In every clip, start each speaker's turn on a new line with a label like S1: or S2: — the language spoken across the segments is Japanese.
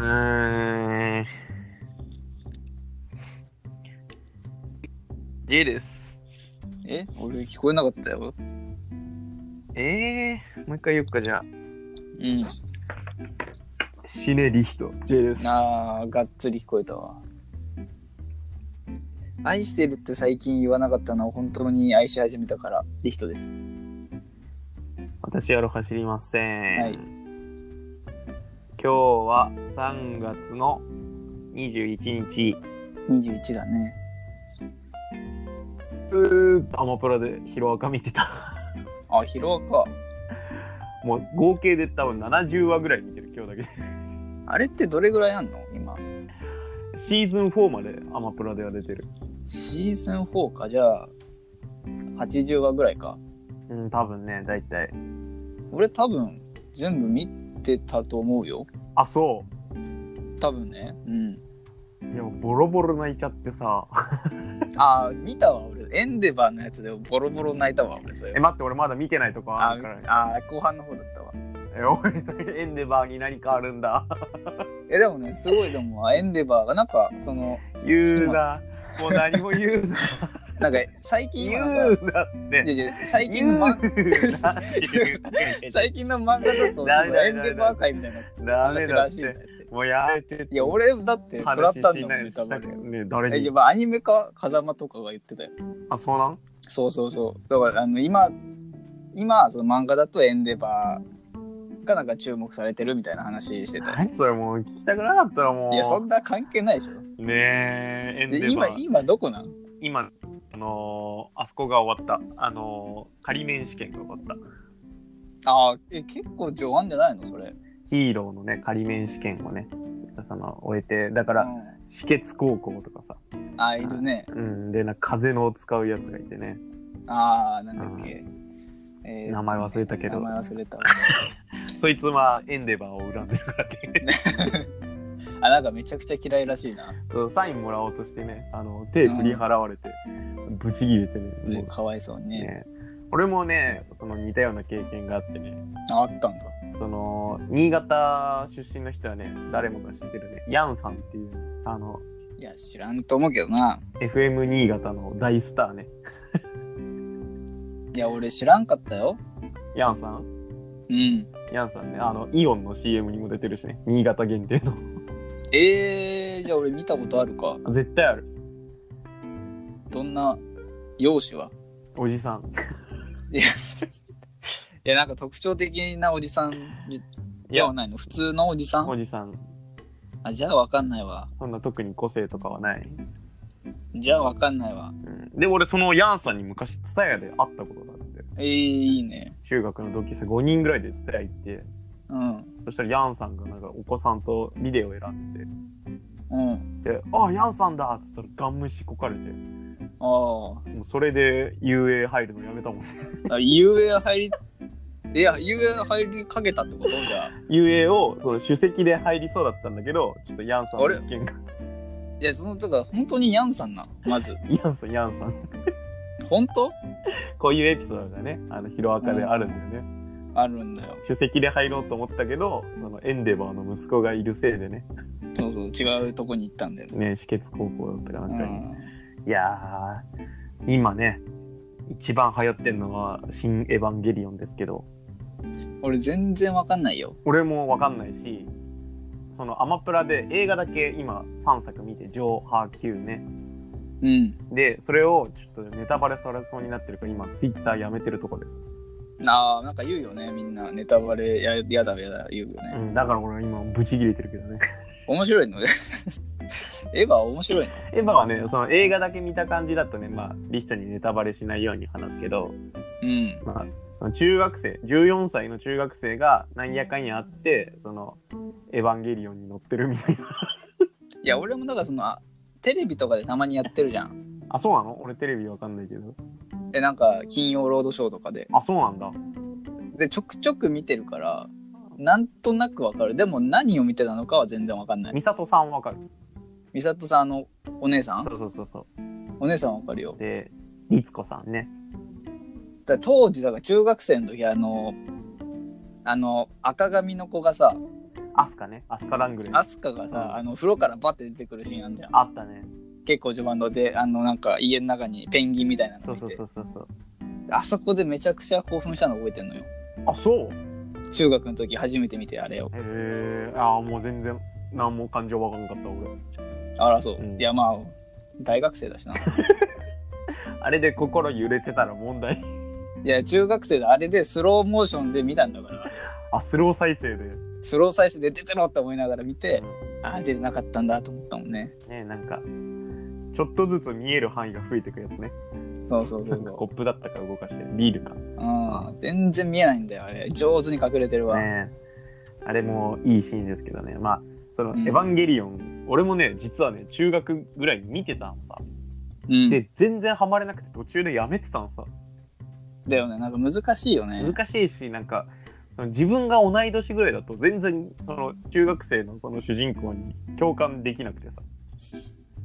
S1: ーん。J です。
S2: え俺聞こえなかったよ。
S1: えー、もう一回言うかじゃあ。
S2: うん。
S3: シネリヒト J です
S2: あー、がっつり聞こえたわ。愛してるって最近言わなかったのを本当に愛し始めたから、リヒトです。
S1: 私やろ走りません。
S2: はい
S1: 今日は3月の21日、
S2: 21だね。
S1: アマプラでヒロアカ見てた。
S2: あ、ヒロアか。
S1: もう合計で多分70話ぐらい見てる、今日だけ で。
S2: あれってどれぐらいあんの今。
S1: シーズン4までアマプラでは出てる。
S2: シーズン4か。じゃあ、80話ぐらいか。
S1: うん、多分ね、大体。
S2: 俺多分、全部見てたと思うよ。
S1: あ、そ
S2: 多分ね。うん。
S1: う。でもボロボロ泣いちゃってさ。
S2: あー、見たわ、俺。エンデバーのやつでボロボロ泣いたわ、俺、それ
S1: え、。待って、俺まだ見てないとこあ
S2: あ
S1: るから。
S2: あー後半の方だったわ。
S1: え、俺、エンデバーに何かあるんだ。
S2: えでもねすごいでもエンデバーがなんかその
S1: 言うな。もう何も言うな。
S2: なんか最近
S1: 言
S2: はなんか
S1: うなって
S2: い。やいや最近
S1: 言う
S2: の
S1: な
S2: 漫
S1: って言 う
S2: 最近の漫画だと
S1: ダメ
S2: なん
S1: だ
S2: か
S1: よ
S2: エンデバー界みたいな
S1: ダメ
S2: 話
S1: だ
S2: ら
S1: っ
S2: しいみたい
S1: て。
S2: な
S1: もうやめてって。
S2: いや俺だって食らっ
S1: 話
S2: た
S1: しな
S2: んだも
S1: い
S2: ん
S1: で
S2: ね
S1: した
S2: 多
S1: っけ
S2: 分
S1: ね誰
S2: えや
S1: に
S2: っぱアニメか風間とかが言ってたよ
S1: あ、そうなん
S2: そうそうそうだからあの今今その漫画だとエンデバーがなんか注目されてるみたいな話してたよ
S1: 何それもう聞きたくなかったらもう。
S2: いやそんな関係ないでしょ
S1: ねえ、エン
S2: で
S1: デ
S2: 今
S1: バー。
S2: 今どこなん
S1: 今、あのー、あそこが終わった。あのー、仮面試験が終わった。
S2: あーえ結構序盤じゃないのそれ
S1: ヒーローのね、仮面試験をね、その終えて、だか
S2: う
S1: ら、
S2: ん
S1: 止血高校とかさ、
S2: あーいるね。
S1: うん、で、なんか風のを使うやつがいてね、
S2: ああ、なんだっけ。えー
S1: 名前忘れたけど
S2: 名前忘れた。
S1: そいつはエンデバーを恨んでるからね。
S2: あ、なんかめちゃくちゃ嫌いらしいな。
S1: そうサインもらおうとしてねあの手振り払われて、ブチ切れてねも
S2: かわいそうに
S1: う
S2: ね。
S1: ね俺もねその似たような経験があってね
S2: ああったんだ。
S1: その新潟出身の人はね誰もが知ってるねヤンさんっていうあの
S2: いや、知らんと思うけどな。
S1: FM 新潟の大スターね
S2: いや、俺知らんかったよ。
S1: ヤンさん
S2: うん。
S1: ヤンさんねあのイオンの CM にも出てるしね新潟限定の
S2: えー、じゃあ俺見たことあるか。
S1: 絶対ある
S2: どんな容姿は
S1: おじさん
S2: いや、 いやなんか特徴的なおじさん
S1: い
S2: では
S1: や
S2: ないの普通のおじさん
S1: おじさん
S2: あ、じゃあわかんないわ。
S1: そんな特に個性とかはない、
S2: じゃあわかんない
S1: う
S2: わ。
S1: ん、で俺そのヤンさんに昔ツタヤで会ったことがあって
S2: えー、いいね。
S1: 中学の同級生5人ぐらいで伝え行って
S2: うん。
S1: そしたらヤンさんがなんかお子さんとビデオ選んで
S2: うん。
S1: てで「あヤンさんだ!」っつったらガン無視こかれても
S2: ああ。
S1: うそれで UA 入るのやめた もん
S2: あ、遊泳入り、いや、遊泳入りかけたってことじゃあ。
S1: UA をそう首席で入りそうだったんだけどちょっとヤンさんの
S2: あれ
S1: 意見が
S2: いや、その、だから本当にヤンさんなの、まず。
S1: ヤンさんヤンさん
S2: 本当
S1: こういうエピソードがねあのヒロアカであるんだよね、
S2: あるんだよ。
S1: 首席で入ろうと思ったけどそのエンデバーの息子がいるせいでね
S2: そうそう、違うとこに行ったんだよね。
S1: ね止血高校だったかな
S2: うん
S1: かに、
S2: ん、
S1: いやー今ね一番流行ってるのは「新エヴァンゲリオン」ですけど
S2: 俺全然わかんないよ。
S1: 俺もわかんないしそのアマプラで映画だけ今3作見て「上波9ね
S2: うん。」
S1: でそれをちょっとネタバレされそうになってるから今ツイッターやめてるとこで、
S2: ああ、なんか言うよね、みんな。ネタバレ、ややだやだ言うよ
S1: う
S2: ね。
S1: ん、だから俺は今ブチ切れてるけどね
S2: 面白いの エヴァは面白いの
S1: エヴァはねその映画だけ見た感じだとねまあリヒトにネタバレしないように話すけど、
S2: うん。
S1: まあ、その中学生14歳の中学生がなんやかんやあってその「エヴァンゲリオン」に乗ってるみたいな
S2: いや、俺もだからその、あテレビとかでたまにやってるじゃん。
S1: あそうなの俺テレビわかんないけど
S2: え、なんか、金曜ロードショーとかで。
S1: あそうなんだ
S2: でちょくちょく見てるからなんとなくわかるでも何を見てたのかは全然わかんない
S1: 美里さんわかる
S2: 美里さんあのお姉さん
S1: そうそうそうそう
S2: お姉さんわかるよ
S1: で、律子さんね。
S2: だ当時だから中学生の時あのあの赤髪の子がさ
S1: アスカねアスカラングレー
S2: アスカがさ、あの風呂からバッて出てくるシーンあんじゃん
S1: あったね
S2: 結構序盤のであのなんか家の中にペンギンみたいな
S1: そ
S2: の
S1: う
S2: いて
S1: そうそうそうそう
S2: あそこでめちゃくちゃ興奮したの覚えてんのよ
S1: あそう
S2: 中学の時初めて見てあれを
S1: へえああもう全然何も感情わかんなかった俺
S2: あらそう、
S1: うん
S2: いやまあ大学生だしない
S1: あれで心揺れてたら問題
S2: や中学生であれでスローモーションで見たんだから
S1: あスロー再生で
S2: スロー再生で出てろって思いながら見て、ああ出てなかったんだと思ったもんね
S1: ねなんかちょっとずつ見える範囲が増えてくやつね
S2: そ うそうそう
S1: コ
S2: そ
S1: ップだったか動かしてビールか
S2: う、うん、全然見えないんだよあれ上手に隠れてるわ、
S1: ねあれもいいシーンですけどねまあその「エ
S2: うん
S1: ヴァンゲリオン」俺もね実はね中学ぐらいに見てたんさ
S2: うん、
S1: で全然ハマれなくて途中でやめてたんさ
S2: だよねなんか難しいよね
S1: 難しいしなんかその自分が同い年ぐらいだと全然その中学生のその主人公に共感できなくてさ、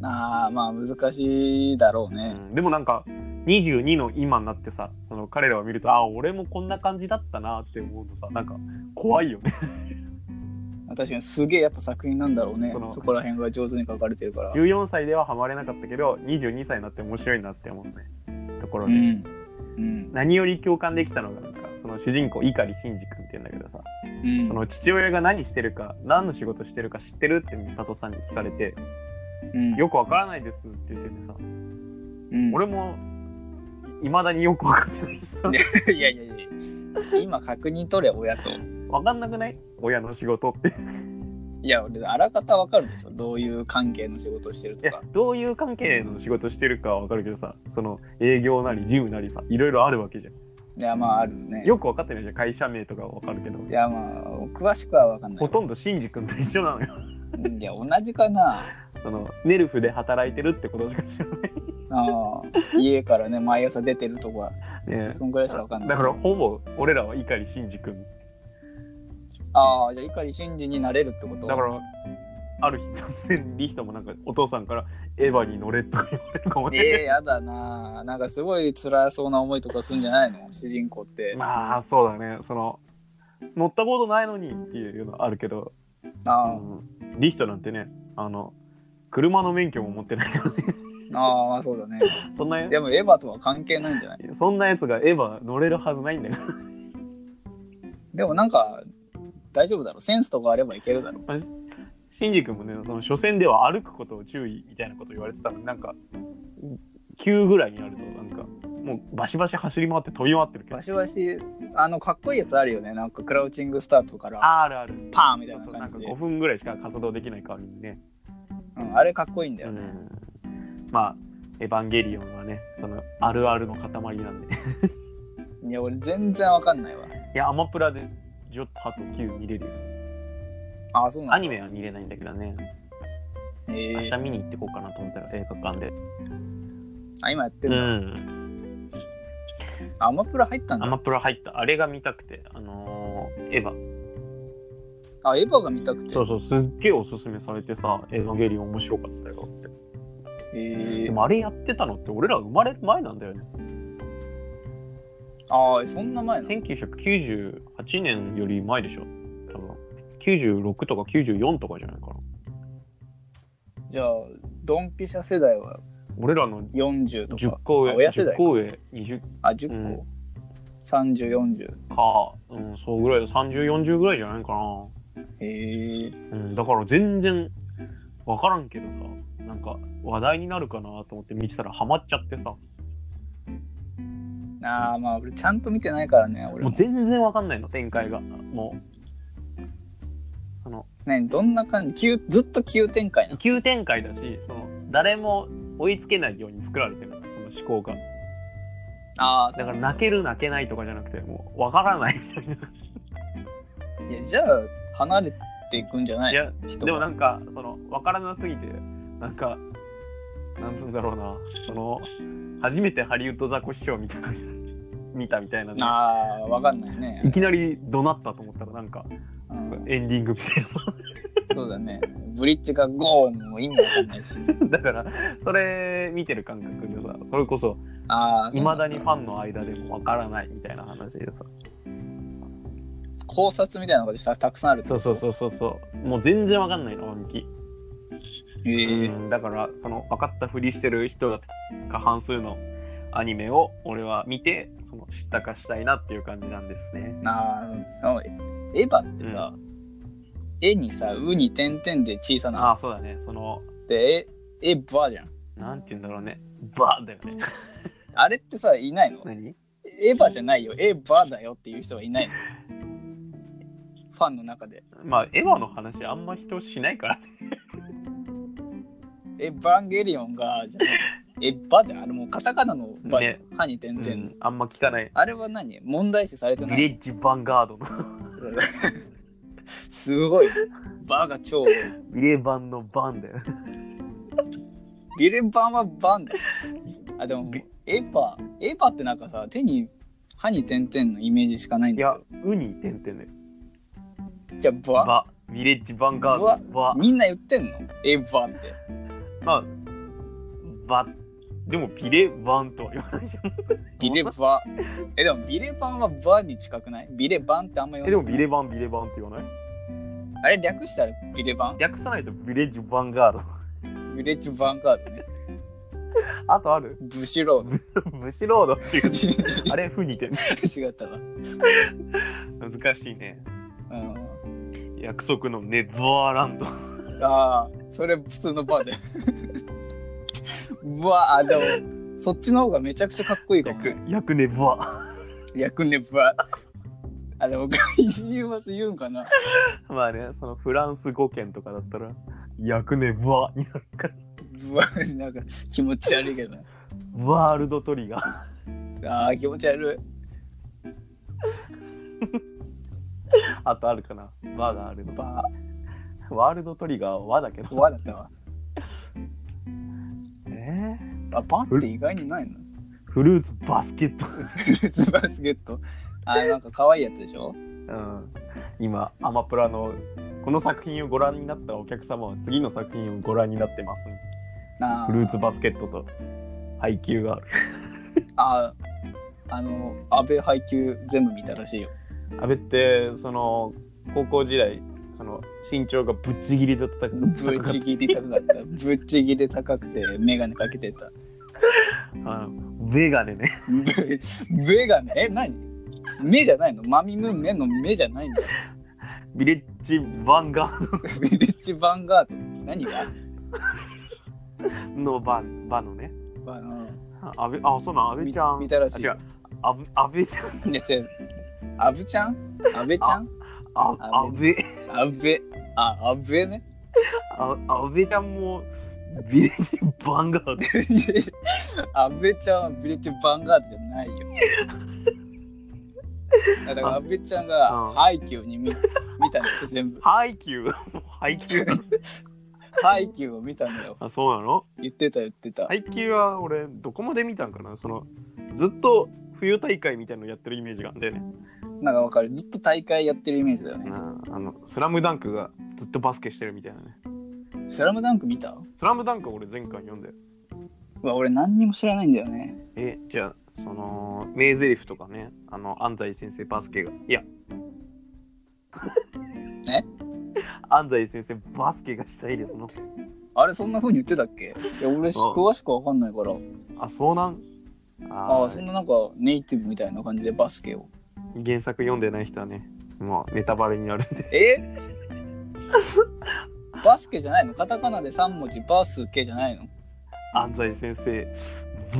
S2: ああまあ難しいだろう
S1: う
S2: ね、
S1: んでもなんか22の今になってさその彼らを見るとああ俺もこんな感じだったなって思うとさなんか怖いよね
S2: 確かにすげえやっぱ作品なんだろうね
S1: その
S2: そこら辺が上手に書かれてるから
S1: 14歳ではハマれなかったけど22歳になって面白いなって思うねところ
S2: う
S1: で、
S2: んうん
S1: 何より共感できたのがなんかその主人公碇伸二君って言うんだけどさ
S2: うん
S1: その父親が何してるか何の仕事してるか知ってるって美里さんに聞かれて
S2: うん
S1: よくわからないですって言っててさ
S2: うん
S1: 俺もいまだによく分かってないしさ
S2: ね いやいやいや今確認取れ親と
S1: 分かんなくない親の仕事って
S2: いや俺あらかたわかるでしょどういう関係の仕事をしてる
S1: い
S2: と
S1: や
S2: か
S1: どういう関係の仕事してるかは分かるけどさその営業なり事務なりさいろいろあるわけじゃん
S2: いやまああるね
S1: よく分かってないじゃん会社名とかは分かるけど
S2: いやまあ詳しくはわかんない
S1: ほとんどシンジ君と一緒なのよ
S2: いや同じかな
S1: そのネルフで働いてるってことしか知らない
S2: ああ家からね毎朝出てるとこは
S1: ね
S2: そんぐらいしかわかんない
S1: だからほぼ俺らは碇シンジ君
S2: ああじゃあ碇真司になれるってこと
S1: だからある日突然リヒトもなんかお父さんからエヴァに乗れとか言われるかもね、
S2: ええやだななんかすごい辛そうな思いとかするんじゃないの主人公って
S1: まあそうだねその乗ったことないのにっていうのはあるけど、
S2: ああ
S1: うんリヒトなんてねあの車の免許も持ってないからね
S2: ああまあそうだね
S1: そんな
S2: でもエヴァとは関係ないんじゃない
S1: そんなやつがエヴァ乗れるはずないんだから
S2: でもなんか大丈夫だろセンスとかあればいけるだろ
S1: シンジ君もねその初戦では歩くことを注意みたいなこと言われてたのになんか9ぐらいになるとなんかもうバシバシ走り回って飛び回ってるけど
S2: バシバシあのかっこいいやつあるよねなんかクラウチングスタートから
S1: あるある
S2: パーンみたい
S1: そうそ
S2: な
S1: うな
S2: 感
S1: ん
S2: じ
S1: か
S2: で
S1: 5分ぐらいしか活動できない代わりにね、
S2: うんあれかっこいいんだよね、
S1: うんまあエヴァンゲリオンはねそのあるあるの塊なん で
S2: いや俺全然わかんないわ
S1: いやアマプラで「ジョッハ」と「Q」見れるよ
S2: ああそうな
S1: ア
S2: んだ
S1: ニメは見れないんだけどね
S2: え
S1: 明
S2: え
S1: 日見に行ってこうかなと思ったら映画館で
S2: あ今やって
S1: う
S2: るの、
S1: ん
S2: アマプラ入ったん
S1: ア
S2: だ
S1: マプラ入ったあれが見たくてあのーエヴァ
S2: あエヴァが見たくて
S1: そうそうすっげえおすすめされてさ「エヴァンゲリオン面白かったよ」って
S2: ええ
S1: でもあれやってたのって俺ら生まれる前なんだよね
S2: ああそんな前なの
S1: 1998年より前でしょ多分96とか94とかじゃないかな
S2: じゃあドンピシャ世代は
S1: 俺らの
S2: 40と
S1: 10
S2: か
S1: 個上
S2: あ親世代
S1: 10個上20
S2: あ10個、
S1: うん
S2: 3040
S1: か、うん、そうぐらい3040ぐらいじゃないかな、
S2: へえ
S1: うん、だから全然分からんけどさなんか話題になるかなと思って見てたらハマっちゃってさも
S2: ああまあ俺ちゃんと見てないからね俺
S1: う
S2: も
S1: 全然分かんないの展開がもうその
S2: ねどんな感じ急ずっと急展開なの
S1: 急展開だしその誰も追いつけないように作られてるその思考が
S2: ああ
S1: だから泣ける泣けないとかじゃなくてもう分からないみたいな
S2: いやじゃあ離れていくんじゃない
S1: いや
S2: 人
S1: でもな
S2: か
S1: んかその分からなすぎてなんかなんつうんだろうなその初めてハリウッドザコシショウみたいな見たみたいなね
S2: ああわかんないね
S1: いきなり怒鳴ったと思ったらなんか
S2: うん
S1: エンディングみたいなさ
S2: そうだねブリッジがゴーンも意味わかんないし
S1: だからそれ見てる感覚でさそれこそ
S2: ああ
S1: いまだに
S2: そう
S1: フ
S2: ん
S1: ァンの間でも分からないみたいな話でさ
S2: 考察みたいなことたたくさんある
S1: そうそうそうそうそうもう全然わかんないの本気、
S2: う。ええ
S1: うんだからその分かったふりしてる人が半数のアニメを俺は見てその知ったかしたいなっていう感じなんですね
S2: ああ、そうエヴァってさ、絵にさ、ウに点々で小さ
S1: あ
S2: な
S1: あそうだねその
S2: で、え、エヴァじゃん。
S1: なんて言うんだろうねバーだよね
S2: あれってさ、いないの
S1: 何
S2: エヴァじゃないよ、エヴァだよっていう人はいないの。ファンの中で。
S1: まあエヴァの話あんま人しないからね
S2: エヴァンゲリオンが、じゃない。エヴァじゃん。あれもうカタカナのバじゃん
S1: ね
S2: 歯に点々。
S1: うんあんま聞かない
S2: あれは何問題視されて
S1: ヴ
S2: な
S1: ィ
S2: い
S1: レッジヴァンガードの
S2: すごい。バーが超多い。
S1: ビレバンのバンだよ
S2: ビレバンは バンだ。あ、でも
S1: ビ、
S2: エヴァ、エヴァってなんかさ、手に、歯に点々のイメージしかないん
S1: い
S2: だ
S1: やウニてんてんだよ
S2: けど。じゃあ、バ
S1: バビレッジヴァンガードバ
S2: みんな言ってんのエヴァって。
S1: まあバでもビレバンとは言わないじゃん
S2: ビレバ。え、でもビレバンはバに近くないビレバンってあんま言わ
S1: え
S2: ない。
S1: でもビレバンビレバンって言わない
S2: あれ略したらビレバン
S1: 略さないとビレッジヴァンガード
S2: ビレッジヴァンガードね。
S1: あとある
S2: ブシロード。
S1: ブシロードっていうあ
S2: あ
S1: れフニてん
S2: れ違ったわ。
S1: 難しいね
S2: うん。
S1: 約束のネザーランド
S2: ああ、それ普通の バーで。うわあ、でも、そっちの方がめちゃくちゃかっこいいかも
S1: 役
S2: ね。
S1: 役ネバ
S2: 役ねぶわ。あ、でも外人は言うんかな。
S1: ーまあねそのフランス語圏とかだったら役ネバーになるから
S2: ぶわ、なんか気持ち悪いけどな。
S1: ワールドトリガー
S2: ああ、気持ち悪い。
S1: あとあるかなバーがあるの
S2: バ
S1: ワールドトリガーは和だけ
S2: ー、
S1: ど。
S2: わだったわ。
S1: えー
S2: あ、バーって意外にないの
S1: フルーツバスケット。
S2: フルーツバスケット。あー、なんか可愛いやつでしょ
S1: うん、今、アマプラのこの作品をご覧になったお客様は次の作品をご覧になってます。
S2: あ
S1: フルーツバスケットと配給がある。
S2: あー、あの、安倍配給全部見たらしいよ。
S1: 阿部って、その、高校時代、その、身長がぶっちぎりだった
S2: ぶっちぎり高かった。ぶっちぎり高くて、メガネかけてた。
S1: あのメガネね。
S2: ブブがねえ何目じゃないのマミム目の目じゃないの
S1: ビレッジヴァンガー
S2: ビレッジヴァンガード何が
S1: ドのババのね。
S2: あの
S1: あ安倍あ、そうなん、阿部ちゃん。
S2: み見たらしい
S1: あ違う。阿部阿部ちゃん。
S2: いや違うアブちゃんアベちゃん
S1: あ阿部。
S2: アベあアベね
S1: あ、阿部ちゃんもビレッジヴァンガード。
S2: アベちゃんはビレッジヴァンガードじゃないよだから
S1: あ
S2: アベちゃん
S1: う
S2: が
S1: ん
S2: ハイキューに見見たのって全部
S1: ハイキュー。もうハイキ ューなの。
S2: ハイキューを見たのよ
S1: あ、そうなの
S2: 言ってた言ってた、
S1: ハイキューは俺、どこまで見たんかなその、ずっと冬大会みたいなのやってるイメージがあるんだよね。
S2: なんかわかるずっと大会やってるイメージだよ
S1: う
S2: ね
S1: んあの、スラムダンクがずっとバスケしてるみたいなね。
S2: スラムダンク見た
S1: スラムダンク俺前回読んだよ。
S2: うわ俺何にも知らないんだよね
S1: え、じゃあ、その、名台詞とかね、あの、安西先生バスケが、 いや。
S2: え
S1: 安西先生バスケがしたいですの。
S2: あれそんな風に言ってたっけいや俺し詳しくわかんないから
S1: あ、そうなん
S2: あ
S1: あ
S2: あそんななんかネイティブみたいな感じでバスケを
S1: 原作読んでない人はね、まあ、ネタバレになるんで。
S2: えバスケじゃないのカタカナで3文字バスケじゃないの
S1: 安西先生、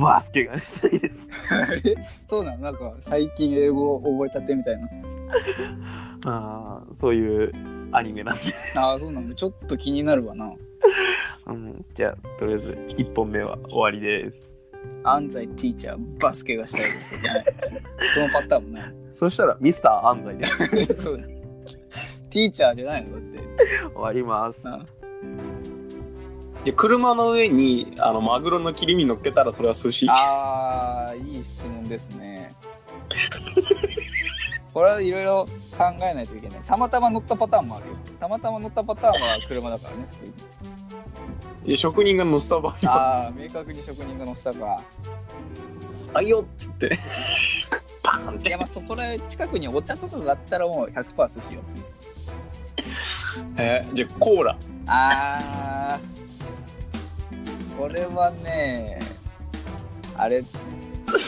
S1: バスケがしたい です。
S2: あれそうなのなんか最近英語を覚えたてみたいな
S1: ああ、そういうアニメなんで。
S2: ああそうなのちょっと気になるわな
S1: うん、じゃあ、とりあえず1本目は終わりです。
S2: 安西ティーチャーバスケがしたいですじゃないそのパターンもない
S1: そしたら、ミスター安西で
S2: そうだティーチャーじゃないのだって
S1: 終わります。
S2: な
S3: で車の上にあのマグロの切り身乗っけたらそれは寿司
S2: ああいい質問ですね。これはいろいろ考えないといけない。たまたま乗ったパターンもあるよ。たまたま乗ったパターンは車だからね。普通に
S3: で職人が乗せた場合は
S2: ああ、明確に職人が乗せたか。
S3: 「あいよ」って言ってパーンっ
S2: いや
S3: て
S2: まあそこら近くにお茶とかがあったらもう100%寿司よ
S3: えーじゃあコーラ
S2: あーそれはねあれ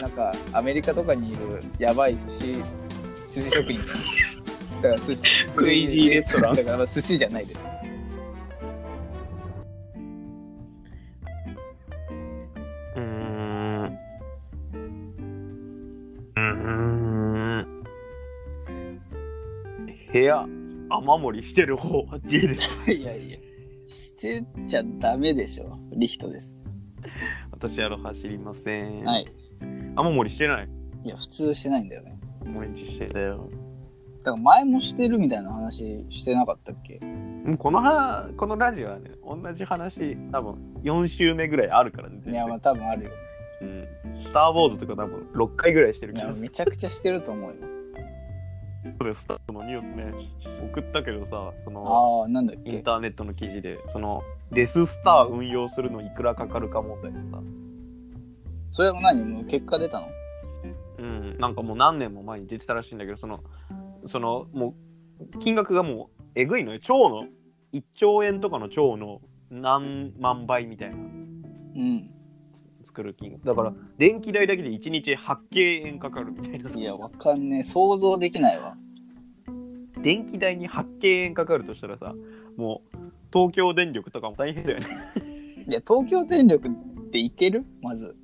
S2: なんかアメリカとかにいるやばい寿司寿司職人だから寿司
S3: クレイジーレストラン
S2: だからまあ寿司じゃないです
S1: うーん。うーん。部屋、雨漏りしてる方は J です。
S2: いやいやしてちゃダメでしょリヒトです
S1: 私、あの、走りません。
S2: はい
S1: 雨漏りしてない。
S2: いや普通してないんだよね
S1: 毎日してたよ。
S2: だから前もしてるみたいな話してなかったっけ
S1: うんこのは、このラジオはね、同じ話、多分4週目ぐらいあるからね。全
S2: い
S1: 然
S2: やまあ多分あるよ
S1: うん。スター・ウォーズとか多分6回ぐらいしてる
S2: い
S1: 気
S2: や
S1: がする。
S2: めちゃくちゃしてる と思うよ
S1: でスタートのニュースね、送ったけどさ、その。
S2: ああなんだっ
S1: イン
S2: け
S1: ターネットの記事で、そのデススター運用するのいくらかかるか問題でさ、
S2: それも何もう結果出たの
S1: うん、なんかもう何年も前に出てたらしいんだけど、その、その、もう、金額がもう、えぐいのよ、超の、1兆円とかの超の何万倍みたいな、
S2: うん
S1: 作る金額。だから、電気代だけで1日8京円かかるみたいなさ
S2: いや、わかんねえ。想像できないわ。
S1: 電気代に8京円かかるとしたらさ、もう、東京電力とかも大変だよね。
S2: いや、東京電力っていけるまず。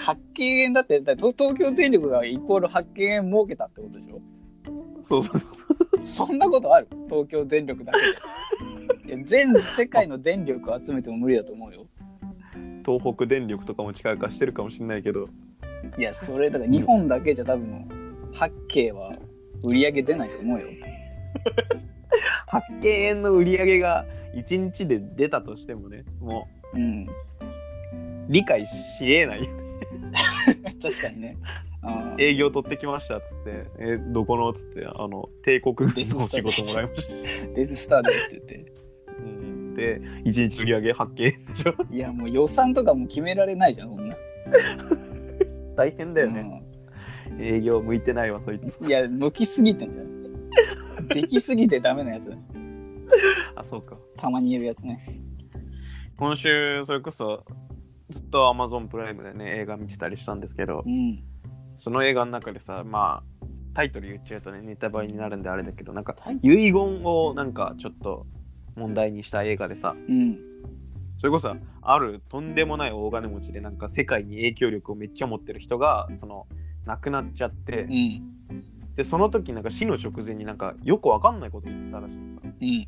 S2: 発見円だって、だ東東京電力がイコール発見円儲けたってことでしょ
S1: そうそうそう。
S2: そんなことある東京電力だけで。いや全世界の電力を集めても無理だと思うよ。
S1: 東北電力とかも近い化してるかもしれないけど、
S2: いや、それ、だから日本だけじゃ多分、八景は売り上げ出ないと思うよ。
S1: 8件円の売り上げが1日で出たとしてもねも
S2: うん。
S1: う理解しえない
S2: 確かにね。あー
S1: 営業取ってきましたっつって「えどこの?」っつってあの帝国軍のお仕事もらいました、
S2: デススターですって言って。
S1: うん、で1日売り上げ8件円でしょ
S2: いやもう予算とかも決められないじゃんこんな
S1: 大変だよね、営業向いてないわそいつ
S2: うんいや向きすぎてんじゃんできすぎてダメなやつ
S1: あそうか
S2: たまにいるやつね
S1: 今週それこそずっと Amazon プライムでね映画見てたりしたんですけど
S2: うん
S1: その映画の中でさまあタイトル言っちゃうとねネタバレになるんであれだけどなんか
S2: タイ
S1: 遺言をなんかちょっと問題にした映画でさ
S2: うん
S1: それこそあるとんでもない大金持ちでなんか世界に影響力をめっちゃ持ってる人がその亡くなっちゃって、
S2: うん
S1: でその時なんか死の直前になんかよくわかんないことを言ってたらしいのさ
S2: うん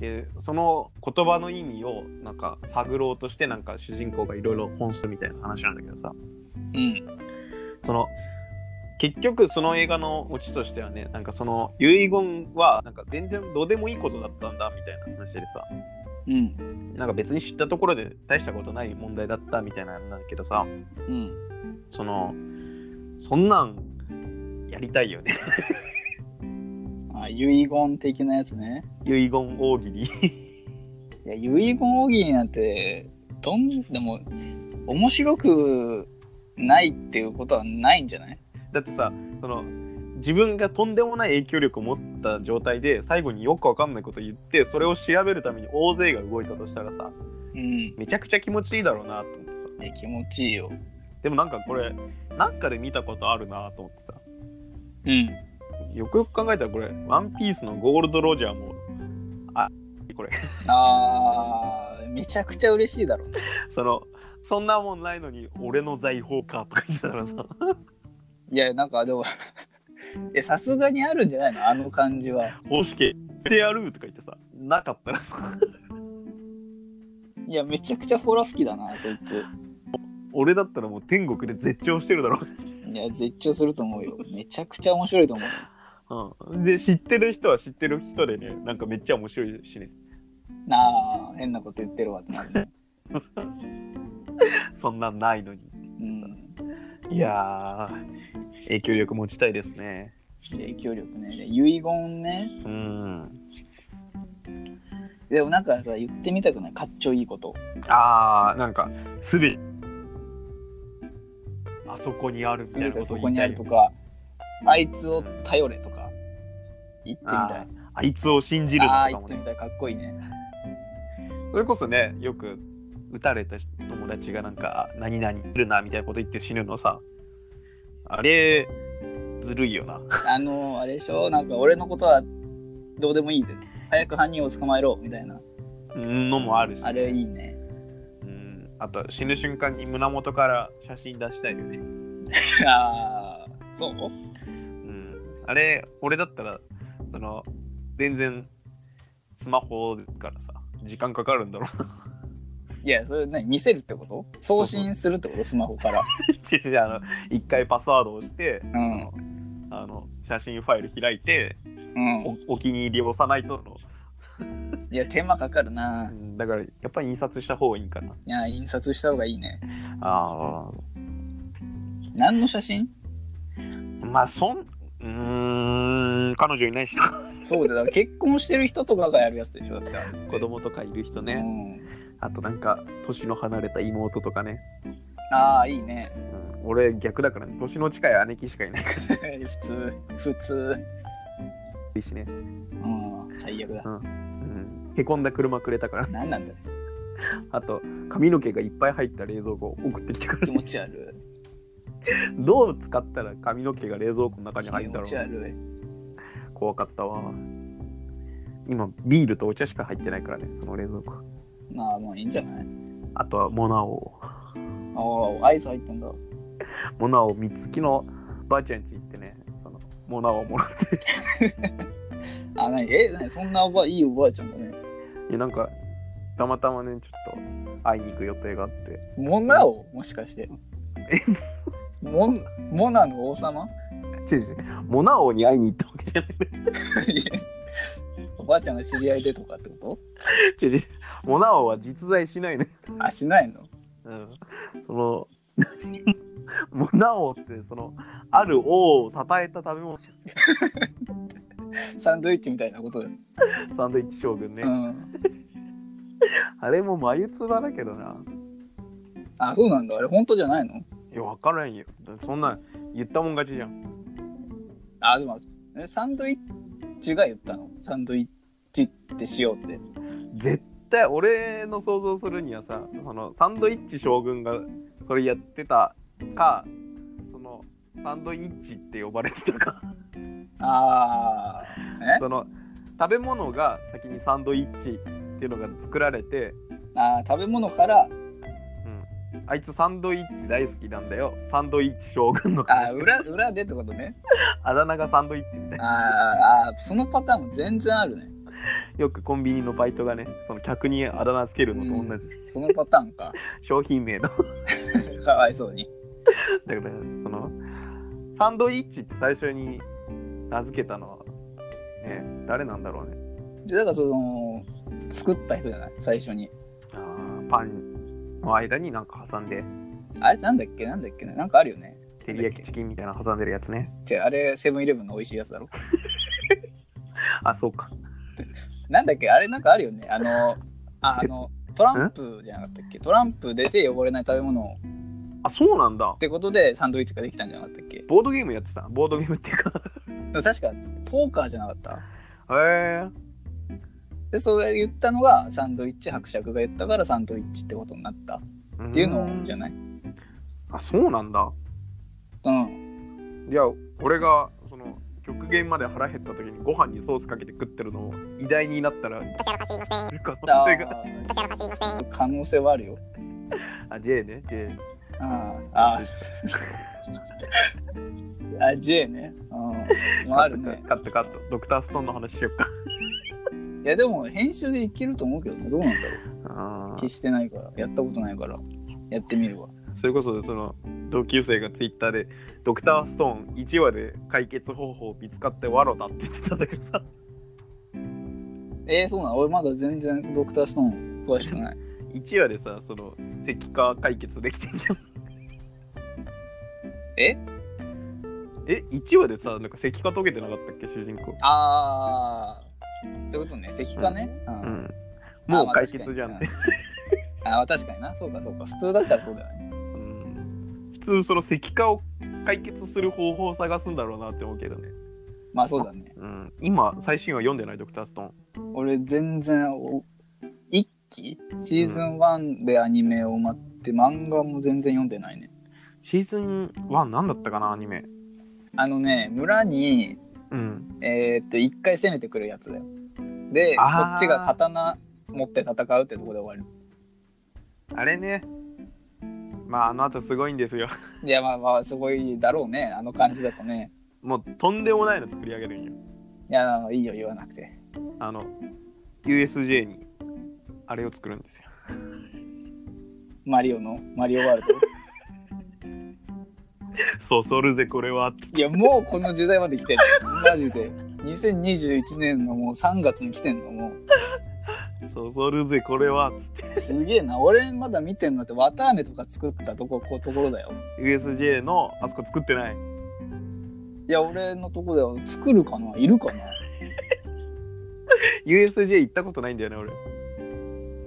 S1: でその言葉の意味をなんか探ろうとしてなんか主人公がいろいろ本するみたいな話なんだけどさ
S2: うん
S1: その結局その映画のオチとしてはねなんかその遺言はなんか全然どうでもいいことだったんだみたいな話でさ
S2: うん
S1: なんか別に知ったところで大したことない問題だったみたいなんだけどさ
S2: うん
S1: そのそんなんやりたいよね
S2: あ遺言的なやつね
S1: 遺言大喜利
S2: いや遺言大喜利なんてどんでも面白くないっていうことはないんじゃない
S1: だってさその自分がとんでもない影響力を持った状態で最後によくわかんないこと言ってそれを調べるために大勢が動いたとしたらさ
S2: うん
S1: めちゃくちゃ気持ちいいだろうなと思ってさ
S2: いや気持ちいいよ
S1: でもなんかこれなんかで見たことあるなと思ってさ
S2: うん
S1: よくよく考えたらこれ「ワンピースのゴールド・ロジャーもあこれ
S2: あーめちゃくちゃ嬉しいだろうね
S1: そのそんなもんないのに俺の財宝かとか言ってたらさ
S2: いや、なんかでも え、さすがにあるんじゃないのあの感じは。
S1: 方式ってやるとか言ってさなかったらさ
S2: いや、めちゃくちゃホラ吹きだな、そいつ。
S1: 俺だったらもう天国で絶頂してるだろ
S2: いや、絶頂すると思うよ。めちゃくちゃ面白いと思
S1: う、
S2: う。
S1: ん、で知ってる人は知ってる人でねなんかめっちゃ面白いしね
S2: なあ、変なこと言ってるわってなるね。
S1: そんなんないのに
S2: うん。
S1: いやー影響力持ちたいですね
S2: 影響力ね。で遺言ね。
S1: うん
S2: でもなんかさ、言ってみたくないかっちょいいこと。
S1: あーなんかすべてあそこにあるみたい
S2: 全
S1: な
S2: て
S1: こと
S2: そ
S1: を
S2: こ
S1: 言い
S2: に
S1: た
S2: あ
S1: い
S2: るとか、あいつを頼れとか、言ってみたい。
S1: あいつを信じるの
S2: あ
S1: と
S2: あ、言
S1: か
S2: っ
S1: も
S2: てみ
S1: ね
S2: たい。かっこいいね。
S1: それこそねよく撃たれた友達がなんか「何々いるな」みたいなこと言って死ぬのさあれずるいよな
S2: あの、あれでしょなんか俺のことはどうでもいいんで、早く犯人を捕まえろ、みたいな。
S1: のもあるし、
S2: あれいいね。
S1: うんあと死ぬ瞬間に胸元から写真出したいよね
S2: ああ、そう
S1: うんあれ、俺だったら、その、全然、スマホですからさ、時間かかるんだろう な。
S2: いや、それ何見せるってこと送信するってことスマホから。
S1: ちちあの、一回パスワードを押して、
S2: うん。
S1: あの、写真ファイル開いて、
S2: うん。
S1: おお気に入りを押さないとその
S2: いや、手間かかる
S1: う
S2: な。
S1: んだから、やっぱり印刷した方がいいんかな。
S2: いや、印刷した方がいいね。
S1: あ
S2: 何の写真
S1: あ、まあ、そん、うーん、彼女いないし、
S2: そうだよ、だから結婚してる人とかがやるやつでしょ、だってあれって。
S1: 子供とかいる人
S2: う
S1: ね、
S2: ん。
S1: あとなんか、年の離れた妹とかね、
S2: ああ、いいね。
S1: うん俺、逆だから、ね、年の近い姉貴しかいないか
S2: 普通、普通。
S1: らしね。
S2: うん、最悪だ。
S1: うんへこんだ車くれたから、
S2: 何なんだよ、
S1: あと髪の毛がいっぱい入った冷蔵庫を送ってきたから、
S2: 気持ち悪
S1: どう使ったら髪の毛が冷蔵庫の中
S2: い。
S1: に入
S2: 気
S1: った
S2: 持
S1: ろ
S2: ち
S1: う
S2: 悪い。
S1: 怖かったわ。今、ビールとお茶しか入ってないからね、その冷蔵庫。
S2: まあ、もういいんじゃない
S1: あとはモナオ。
S2: ああ、アイス入ったんだ。
S1: モナオ、三月のばあちゃん家行ってね、そのモナオをもらって。
S2: あ、なにえ、なにそんなおば、いいおばあちゃんだね。
S1: いやなんか、たまたまね、ちょっと会いに行く予定があって。
S2: モナをもしかして。モンモナの王様
S1: 違う違うモナオに会いに行ったわけじゃない。
S2: いやおばあちゃんが知り合いでとかってこ
S1: 違う違うモナオは実在しないのよ
S2: とあ、しないの
S1: うん そのモナオってそのある王を称えた食べ物
S2: サンドイッチみたいなことだよ。
S1: サンドイッチ将軍ね、
S2: うん。
S1: あれも眉唾だけどな
S2: あ、そうなんだ。あれ、本当じゃないの
S1: いや分からんよそんなん言ったもん勝ちじゃん
S2: あ、でも、えサンドイッチが言ったのサンドイッチってしようって。
S1: 絶対俺の想像するにはさそのサンドイッチ将軍がそれやってたかそのサンドイッチって呼ばれてたか
S2: あ
S1: その食べ物が先にサンドイッチっていうのが作られて
S2: ーあー、食べ物から、
S1: あいつサンドイッチ大好きなんだよ。サンドイッチ将軍の
S2: あー裏、裏でってことね。
S1: あだ名がサンドイッチみたいな。
S2: あーあー、そのパターンも全然あるね。
S1: よくコンビニのバイトがね、その客にあだ名つけるのと同じ。
S2: そのパターンか。
S1: 商品名の。だか
S2: かわいそうに。
S1: ら、その、サンドイッチって最初に名付けたのは、ね、誰なんだろうね。
S2: で、だからその、作った人じゃない最初に。
S1: あーパンの間になんか挟んで、
S2: あれなんだっけなんだっけねなんかあるよね。
S1: 照り焼きチキンみたいなの挟んでるやつね。
S2: じゃあ、あれ、セブンイレブンの美味しいやつだろ
S1: あ、そうか。
S2: なんだっけあれなんかあるよね。あの、ああの、トランプじゃなかったっけトランプ出て汚れない食べ物っ
S1: あ、そうなんだ。
S2: てことでサンドイッチができたんじゃなかったっけ
S1: ボードゲームやってた。ボードゲームっていうか。
S2: でも確かポーカーじゃなかった
S1: へえ。
S2: でそれ言ったのがサンドイッチ伯爵が言ったからサンドイッチってことになったっ
S1: って
S2: いうのじゃない
S1: あ、そうなんだ。
S2: うん
S1: いや俺がその極限まで腹減った時にご飯にソースかけて食ってるのを偉大になったら
S4: 私は走りません。
S1: いる可
S2: だ
S1: 能性が
S4: 私は走りません。
S2: 可能性はあるよ
S1: あ J ね J
S2: ああああ J ねうんまああるね
S1: カットカットドクターストーンの話しようか
S2: いやでも編集でいけると思うけどねどうなんだろ
S1: あ
S2: う
S1: ー
S2: 消してないからやったことないからやってみるわ
S1: それこそその同級生がツイッターで「ドクターストーン1話で解決方法見つかってわろだ」って言ってたんだけどさ
S2: えー、そうなの俺まだ全然ドクターストーン詳しくない
S1: 1話でさその石化解決できてんじゃん
S2: え
S1: え1話でさなんか石化解けてなかったっけ主人公
S2: ああそういうことね石化ねうん
S1: うんもう解決じゃんって
S2: あ、まあ確かにな。あまあ確かにな。そうか、そうか。普通だったらそうだよね。
S1: うん普通その石化を解決する方法を探すんだろうなって思うけどね、
S2: まあそうだね。
S1: うん、今最新話読んでないドクターストーン
S2: 俺全然お、一期シーズン1でアニメを待って、漫画も全然読んでないね。
S1: シーズン1何だったかなアニメ
S2: あのね、村に、
S1: うん
S2: えーっと、一回攻めてくるやつだよ。で、こ
S1: あー
S2: っちが刀持って戦うってとこで終わる。
S1: あれねまああの後すごいんですよ
S2: いや、まあまあ、すごいだろうね。あの感じだとね。
S1: もうとんでもないの作り上げるんよ
S2: いや、いいよ、言わなくて。
S1: あの USJ にあれを作るんですよ
S2: マリオの、マリオワールド。
S1: そそるぜこれはって
S2: いや、もうこの時代まで来てる。マジで。2021年のもう3月に来てんの、もう。
S1: そそるぜこれはって
S2: すげえな。俺まだ見てんのって、綿あめとか作ったとこ、こうところだよ。
S1: USJ のあそこ作ってない
S2: いや、俺のとこでは作るかないるかな
S1: USJ 行ったことないんだよね俺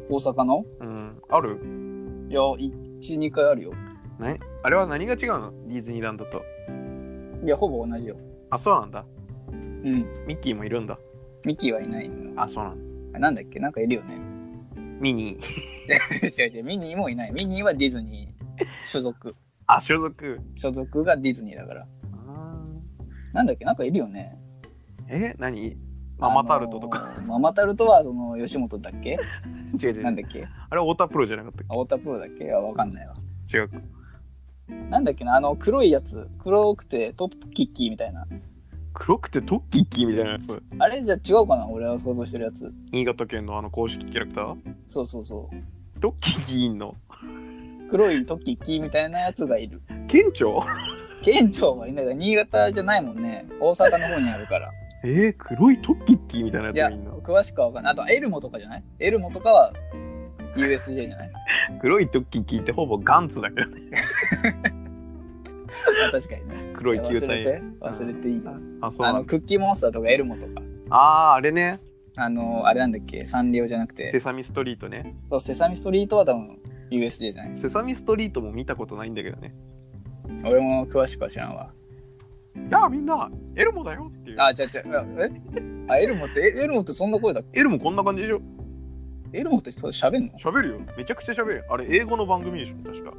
S2: 大阪の
S1: うんある
S2: いや、1、2回あるよ。
S1: ないあれは何が違うのディズニーランドと
S2: いや、ほぼ同じよ。
S1: あそうなんだ
S2: うん。
S1: ミッキーもいるんだ
S2: ミキはいないのよ。
S1: あそうなんだ
S2: あなんだっけなんかいるよね。
S1: ミニー
S2: 違う違う、ミニーもいない。ミニーはディズニー所属。
S1: あ所属
S2: 所属がディズニーだから。
S1: あー
S2: なんだっけなんかいるよね。
S1: え何ママタルトと か、
S2: あのー。ママタルトは、その、吉本だっけ
S1: 違う違う
S2: なんだっけ
S1: あれは太田プロじゃなかったっ
S2: あ、太田プロだっけあわかんないわ。
S1: け違うか
S2: なんだっけなあの、黒いやつ。黒くてトップキッキーみたいな。
S1: 黒くてトッキッキーみたいなやつ
S2: あれじゃ違うかな俺は想像してるやつ。
S1: 新潟県のあの公式キャラクター
S2: そうそうそう。
S1: トッキッキーいんの
S2: 黒いトッキッキーみたいなやつがいる。
S1: 県庁
S2: 県庁はいないから、新潟じゃないもんね。大阪の方にあるから。
S1: えー、黒いトッキッキーみたいなやつ
S2: いや、
S1: がいんの
S2: 詳しくはわかんない。あと、エルモとかじゃないエルモとかは USJ じゃない
S1: 黒いトッキッキーってほぼガンツだけどね
S2: あ確かにね。
S1: 黒い球
S2: 忘れ
S1: 体
S2: て、忘れていい。
S1: あそうな
S2: あの、
S1: んだ
S2: クッキーモンスターとかエルモとか。
S1: あーあれね
S2: あの、あれなんだっけサンリオじゃなく
S1: セ
S2: て。
S1: サミストリートね
S2: そう、セサミストリートは多分 USJ じゃない
S1: セサミストリートも見たことないんだけどね
S2: 俺も詳しくは知らんわ。
S1: やあみんなエルモだよっていう
S2: あ、違う違う。え あ、エルモって、えエルモってそんな声だっけ
S1: エルモこんな感じでしょ
S2: エルモってそう喋んの
S1: 喋るよめちゃくちゃ喋るあれ英語の番組でしょ確か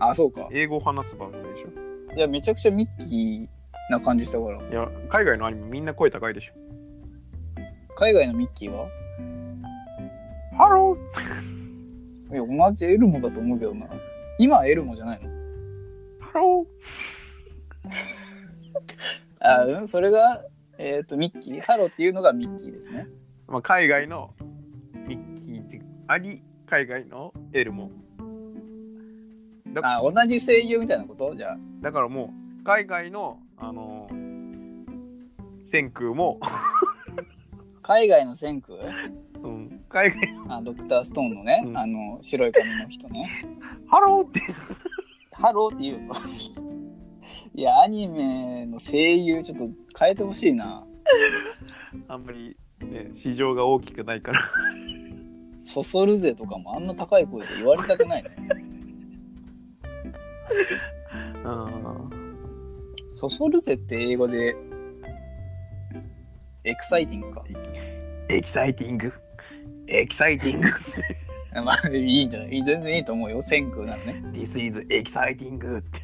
S2: あ、そうか。
S1: 英語を話す番組でしょ
S2: いや、めちゃくちゃミッキーな感じしたから。
S1: いや、海外のアニメみんな声高いでしょ。
S2: 海外のミッキーは
S1: ハロ
S2: いや、同じエルモだと思うけどな。今はエルモじゃないの
S1: ー、ハロ
S2: あ、うん、それが、えっ、と、ミッキー。ハローっていうのがミッキーですね。
S1: ー。まあ、海外のミッキーであり、海外のエルも。
S2: あ、同じ声優みたいなことじゃあ。
S1: だからもう、海外の、あのー、千空も、
S2: 海外の千空
S1: うん、海外、
S2: あドクターストーンのね、
S1: うん
S2: あの白い髪の人ね。
S1: ハローって、
S2: ハローって言うの いや、アニメの声優ちょっと変えてほしいな。
S1: あんまり、ね、市場が大きくないから。
S2: そそるぜとかもあんな高い声で言われたくないね。
S1: うん。
S2: そそるぜって英語でエクサイティングか。
S1: エキサイティング。エキサイティング。
S2: まあいいんじゃない全然いいと思うよ。千空なのね。
S1: This is エキサイティングって。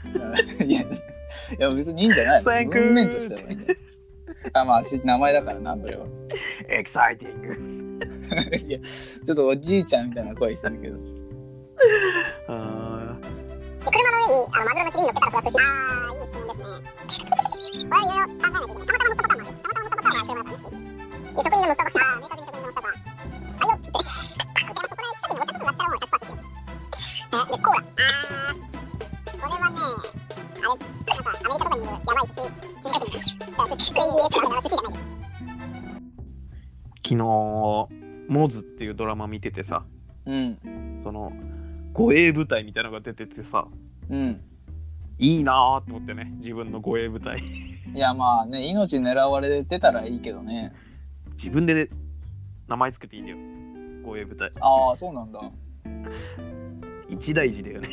S2: いや、いや別にいいんじゃないの
S1: 千空
S2: 文面としてはいいんじゃないあ、まあし名前だからな、それは。
S1: エキサイティング。
S2: いや、ちょっとおじいちゃんみたいな声してるけど。
S1: うん。
S4: で車の上にあのマグロの切り身乗っけたらプラスしあーいい質問ですねこれはいろいろ考えないといけないあー職人のムスタバあーメーカーの職人のムスタバあよっってあでもそこら近くに持ってくるんだったらもう100%ですよえでコーラあーこれはねあれなんかアメリカとかにいるやばい寿司寿司職人クレイジーレストランだから寿司じゃない
S1: 昨日「モズ」っていうドラマ見ててさ
S2: うん。
S1: その護衛部隊みたいなのが出ててさ
S2: うん。
S1: いいなーって思ってね自分の護衛部隊
S2: いやまあね命狙われてたらいいけどね
S1: 自分で名前つけていいんだよ護衛部隊
S2: ああそうなんだ
S1: 一大事だよね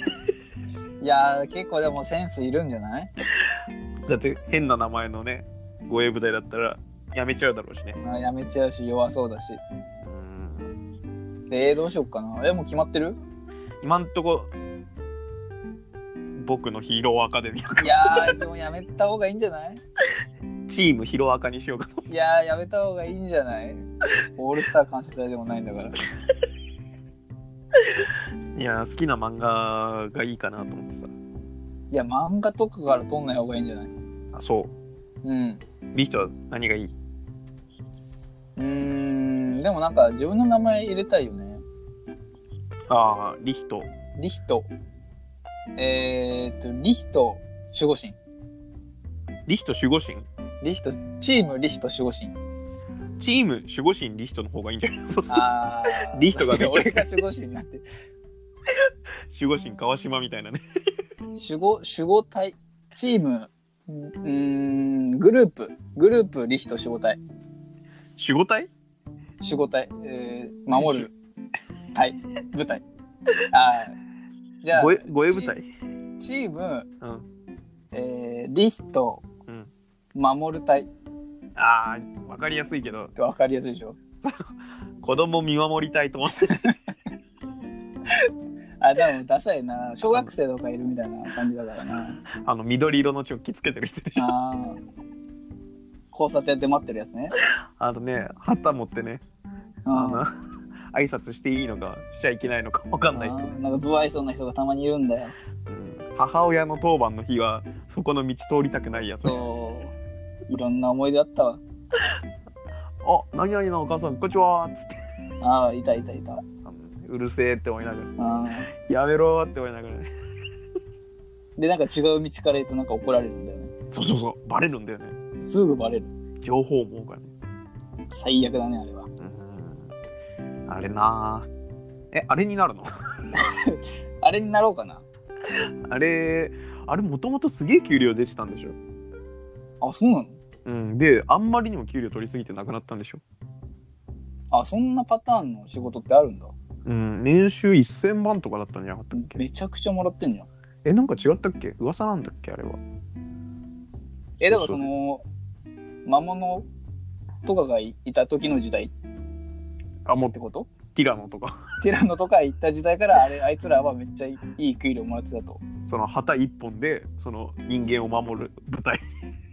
S2: いやー結構でもセンスいるんじゃない
S1: だって変な名前のね、護衛部隊だったらやめちゃうだろうしね。
S2: まあやめちゃうし弱そうだし
S1: うん
S2: でどうしよっかなえもう決まってる
S1: 今んとこ、僕のヒーローアカデミー
S2: いやーでもやめた方がいいんじゃない
S1: チームヒロアカにしようかと。
S2: いやーやめた方がいいんじゃないオールスター感謝祭でもないんだから
S1: いや、好きな漫画がいいかなと思ってさ。
S2: いや漫画とかから撮んない方がいいんじゃない
S1: あ、そう。
S2: うん
S1: ビートは何がいいう
S2: ーんでもなんか自分の名前入れたいよね
S1: ああ、リヒト。
S2: リヒトえー、っとリヒト守護神
S1: リヒト守護神
S2: リヒトチームリヒト守護神
S1: チーム守護神リヒトの方がいいんじゃない そうそう
S2: あー
S1: リヒトが出ちゃう
S2: 俺が守護神になって
S1: 守護神川島みたいなね。
S2: 守護守護隊チームうーんグループグループリヒト守護隊
S1: 守護隊
S2: 守護隊、えー守る隊部隊あーじゃあ
S1: 護衛護衛部隊
S2: チチーム、
S1: うん
S2: えーリヒト、
S1: うん
S2: 守る隊っ
S1: ああ、わかりやすいけど、
S2: て分かりやすいでしょ
S1: 子供見守りたいと思 って。
S2: あでもダサいな小学生とかいるみたいな感じだからな
S1: あの、緑色のチョッキつけてる人でしょ。
S2: あー交差点で待ってるやつね
S1: あとね、旗持ってね、
S2: う
S1: あ
S2: ん
S1: の、 挨拶していいのか、しちゃいけないのかわかんない
S2: あ
S1: 人。
S2: ーなんか不愛想な人がたまにいるんだよ
S1: うん母親の当番の日は、そこの道通りたくないやつ。あ、
S2: そういろんな思い出あったわ
S1: 何々のお母さん、こんにちはっつって。
S2: ああいたいたいた
S1: あのうるせえって思いながら、
S2: あ
S1: やめろーって思いながらね。
S2: ーでなんか違う道から言うとなんか怒られるんだよね
S1: そうそうそう、バレるんだよね。
S2: すぐバレる
S1: 情報網がね。
S2: 最悪だねあれは
S1: うんあれなーえ、あれになるの
S2: あれになろうかな
S1: あれ、あれもともとすげえ給料出てたんでしょ。
S2: あそうなの
S1: うん、で、あんまりにも給料取りすぎてなくなったんでしょ。
S2: あそんなパターンの仕事ってあるんだ
S1: うん、年収1000万とかだったんじゃなかったっけ
S2: めちゃくちゃもらってんじゃん
S1: え、なんか違ったっけ噂なんだっけあれは。
S2: えだからその魔物とかがいいた時の時代っ
S1: あ、もう
S2: てこと
S1: ティラノとか、
S2: ティラノとか行った時代からあれあいつらはめっちゃいい給料もらってたと
S1: その旗一本で、その人間を守る舞台。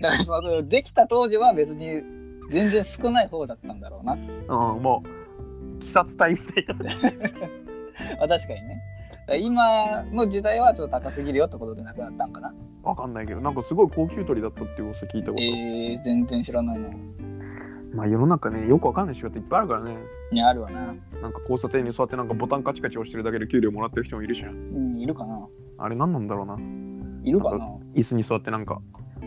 S2: だからそのできた当時は別に全然少ない方だったんだろうな
S1: うん、もう、鬼殺隊みたいな。
S2: あ確かにねだから今の時代はちょっと高すぎるよってことでなくなったんかな
S1: わかんないけど、なんかすごい高級鳥だったって噂聞いたこと。
S2: えー、全然知らないな
S1: まあ世の中ね、よくわかんない仕事いっぱいあるからね。
S2: にあるわな、
S1: なんか交差点に座ってなんかボタンカチカチ押してるだけで給料もらってる人もいるじゃん。
S2: うん、いるかな
S1: あれ何なんだろうな。
S2: いるかな
S1: 椅子に座ってなんか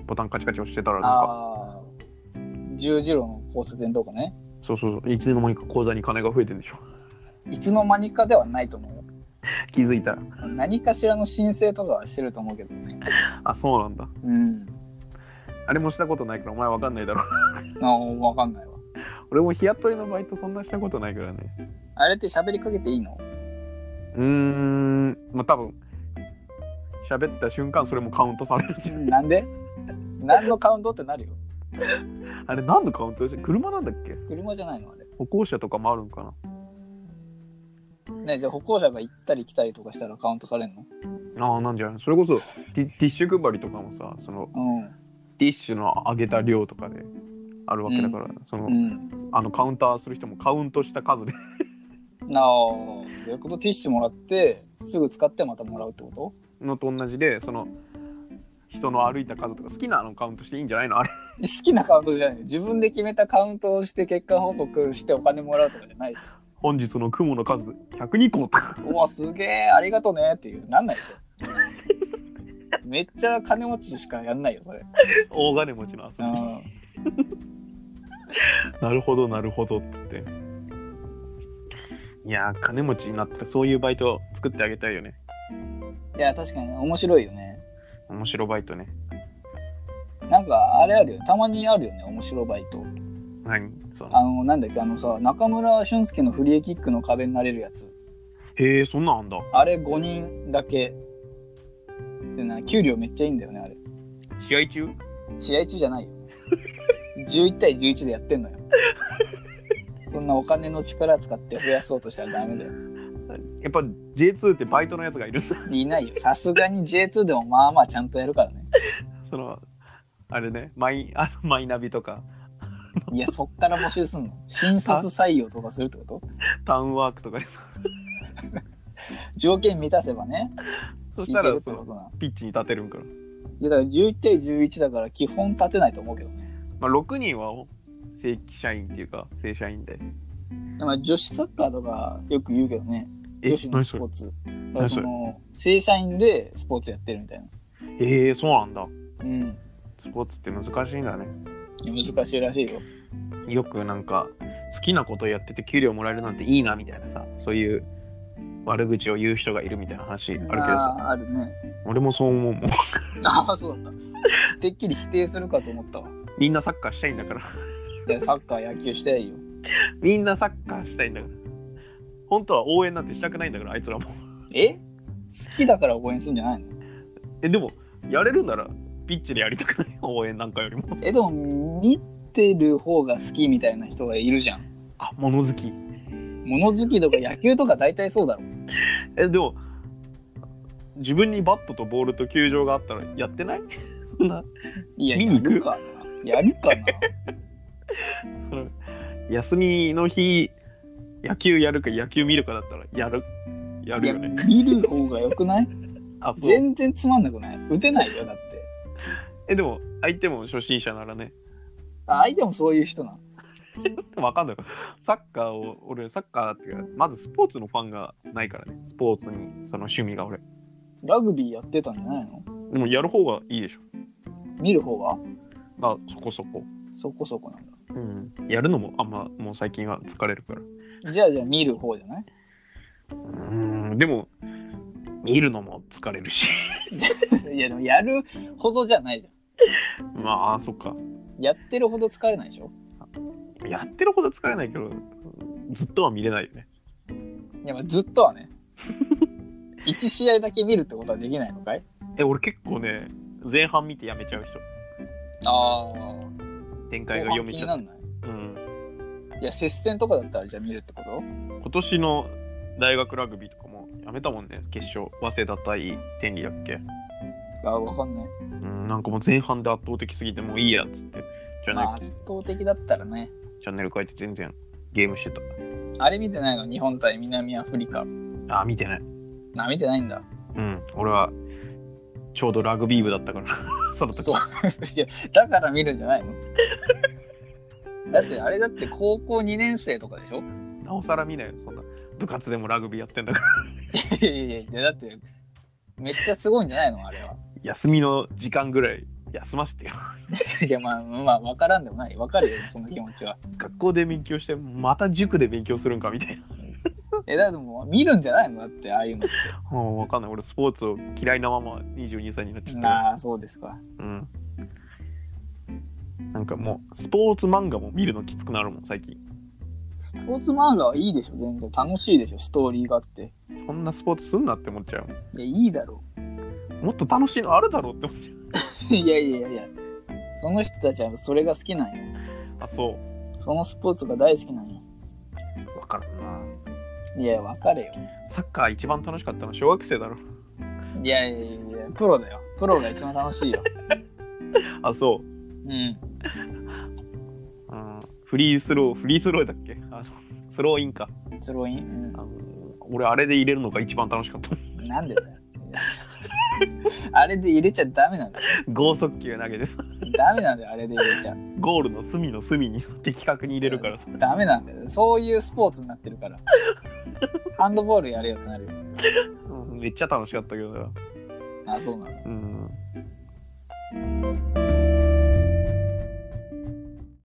S1: ボタンカチカチ押してたらなんか、
S2: ああー十字路の交差点とかね
S1: そうそうそう、いつの間にか口座に金が増えてるんでしょ。
S2: いつの間にかではないと思うよ
S1: 気づいたら。
S2: 何かしらの申請とかはしてると思うけどね
S1: あ、そうなんだ。
S2: うん
S1: あれもしたことないからお前わかんないだろ。
S2: あ分かんないわ
S1: 俺も日雇いのバイトそんなしたことないからね。
S2: あれって喋りかけていいの
S1: うーん、まあ多分、喋った瞬間それもカウントされるじゃん。
S2: なんで何のカウントってなるよ
S1: あれ何のカウントでしょ車なんだっけ
S2: 車じゃないのあれ
S1: 歩行者とかもあるんかな
S2: ねじゃあ歩行者が行ったり来たりとかしたらカウントされんの
S1: ああ、なんじゃないそれこそティティッシュ配りとかもさ、その
S2: う
S1: ティッシュの上げた量とかであるわけだから、その、
S2: んうん
S1: あのカウンターする人もカウントした数で
S2: なあそういうことティッシュもらってすぐ使ってまたもらうってこ
S1: のと同じでその人の歩いた数とか好きなのカウントしていいんじゃないのあれ
S2: と好きなカウントじゃないよ自分で決めたカウントをして結果報告してお金もらうとかじゃないよ
S1: 本日の雲の数102個とか
S2: うわすげえありがとねっていうなんないでしょめっちゃ金持ちしかやんないよそれ
S1: 大金持ちの
S2: う
S1: 遊び、
S2: ん
S1: なるほどなるほどっていやー金持ちになったらそういうバイトを作ってあげたいよね
S2: いや確かに面白いよね
S1: 面白バイトね
S2: なんかあれあるよたまにあるよね面白バイト
S1: 何その
S2: あのなんだっけあのさ中村俊輔のフリーキックの壁になれるやつ
S1: へえそんなんあんだ
S2: あれ5人だけでもな給料めっちゃいいんだよねあれ
S1: 試合中
S2: 試合中じゃないよ11対11でやってんのよそんなお金の力使って増やそうとしたらダメだよ
S1: やっぱ J2 ってバイトのやつがいるんだ
S2: いないよさすがに J2 でもまあまあちゃんとやるからね
S1: そのあれねマイ あマイナビとか
S2: いやそっから募集すんの新卒採用とかするってこと
S1: タウンワークとかでさ
S2: 条件満たせばね
S1: そ
S2: い
S1: し
S2: け
S1: た
S2: る
S1: ら
S2: って
S1: そ
S2: こと
S1: の
S2: なの
S1: ピッチに立てるんかない
S2: やだから11対11だから基本立てないと思うけどね
S1: まあ、6人は正規社員っていうか正社員で
S2: だから女子サッカーとかよく言うけどね
S1: え
S2: 女子の
S1: 何
S2: ス
S1: そ
S2: ポ
S1: れ
S2: ーツだから
S1: 何そ
S2: そ
S1: れ
S2: の正社員でスポーツやってるみたいな
S1: えー、そうなんだ
S2: うん
S1: スポーツって難しいんだね
S2: 難しいらしいよ
S1: よくなんか好きなことやってて給料もらえるなんていいなみたいなさそういう悪口を言う人がいるみたいな話あるけどさ
S2: あーあるね
S1: 俺もそう思うもん
S2: ああそうだったてっきり否定するかと思ったわ
S1: みんなサッカーしたいんだから
S2: いやサッカー野球したいよ
S1: みんなサッカーしたいんだから本当は応援なんてしたくないんだからあいつらも
S2: え好きだから応援するんじゃないの
S1: えでもやれるならピッチでやりたくない 応援なんかよりも
S2: えでも見てる方が好きみたいな人がいるじゃん
S1: あ物好き
S2: 物好きとか野球とか大体そうだろ
S1: えでも自分にバットとボールと球場があったらやってない そんない
S2: や
S1: 見に
S2: や
S1: 行く
S2: るかなやるかな
S1: 休みの日野球やるか野球見るかだったらやる や
S2: い
S1: る
S2: や
S1: よね
S2: 見る方がよくない
S1: あ そう
S2: 全然つまんなくない打てないよだって
S1: えでも相手も初心者ならね
S2: あ相手もそういう人なの
S1: わかんないサッカーを俺サッカーっていうかまずスポーツのファンがないからねスポーツにその趣味が俺
S2: ラグビーやってたんじゃないの
S1: でもやる方がいいでしょ
S2: 見る方は
S1: あそこそこ
S2: そこそこなんだ
S1: うんやるのもあんまもう最近は疲れるから
S2: じゃあじゃあ見る方じゃない
S1: うんでも見るのも疲れるし
S2: いやでもやるほどじゃないじ
S1: まあそっか
S2: ゃん。やってるほど疲れないでしょ
S1: やってるほど疲れないけどずっとは見れないよね
S2: いやまあずっとはね。1試合だけ見るってことはできないのかい
S1: え俺結構ね前半見てやめちゃう人
S2: ああ。
S1: 展開が
S2: 後
S1: 読め
S2: 半
S1: ち
S2: 気に
S1: ゃ
S2: な
S1: うん
S2: ない
S1: うん、
S2: いや、接戦とかだったらじゃあ見るってこと
S1: 今年の大学ラグビーとかもやめたもんね決勝早稲田対天理だっけ
S2: ああ、わかんない。
S1: うんなんかもう前半で圧倒的すぎてもういいやっつってチャンネ
S2: まあ圧倒的だったらね。
S1: ルチャンネル変えて全然ゲームして
S2: あれ見てないの日本対南アフリカ。
S1: たあ見てない
S2: あ、見てないんだ。
S1: うん俺はちょうどラグビー部だったから その時
S2: そう。 いや、だから見るんじゃないのだってあれだって高校2年生とかでしょ
S1: なおさら見ないよそんな部活でもラグビーやってんだから
S2: いやいやいや、だってめっちゃすごいんじゃないのあれは。
S1: 休みの時間ぐらい休ませてよ
S2: いやまあまあ分からんでもない分かるよその気持ちは
S1: 学校で勉強してまた塾で勉強するんかみたいな
S2: えだってもう見るんじゃないのだってああいうの
S1: もう分かんない俺スポーツを嫌いなまま22歳になっちゃった
S2: ああそうですか
S1: うんなんかもうスポーツ漫画も見るのきつくなるもん最近
S2: スポーツ漫画はいいでしょ全然楽しいでしょストーリーがあって
S1: そんなスポーツすんなって思っちゃう
S2: いやいいだろ
S1: もんもっと楽しいのあるだろうって思っちゃう
S2: ういやいやいやいやその人たちはそれが好きなんよ
S1: あそ
S2: そのスポーツが大好きなんよ
S1: う分からんない
S2: や分かれよ
S1: サッカー一番楽しかったのは小学生だろ
S2: いやいやいやプロだよプロが一番楽しいよ
S1: あそう
S2: うん
S1: うんフリースローフリースローだっけあのスローインか
S2: スローイン、
S1: あの俺あれで入れるのが一番楽しかった
S2: うん、なんでだよ あれで入れちゃダメなんだよ
S1: 剛速球投げてさ
S2: ダメなんだよあれで入れちゃ
S1: ゴールの隅の隅に 的確に入れるからさ
S2: ダメなんだよ。そういうスポーツになってるから。ハンドボールやれよってなるよ。
S1: うんめっちゃ楽しかったけどな
S2: あ、そうなの。
S1: うん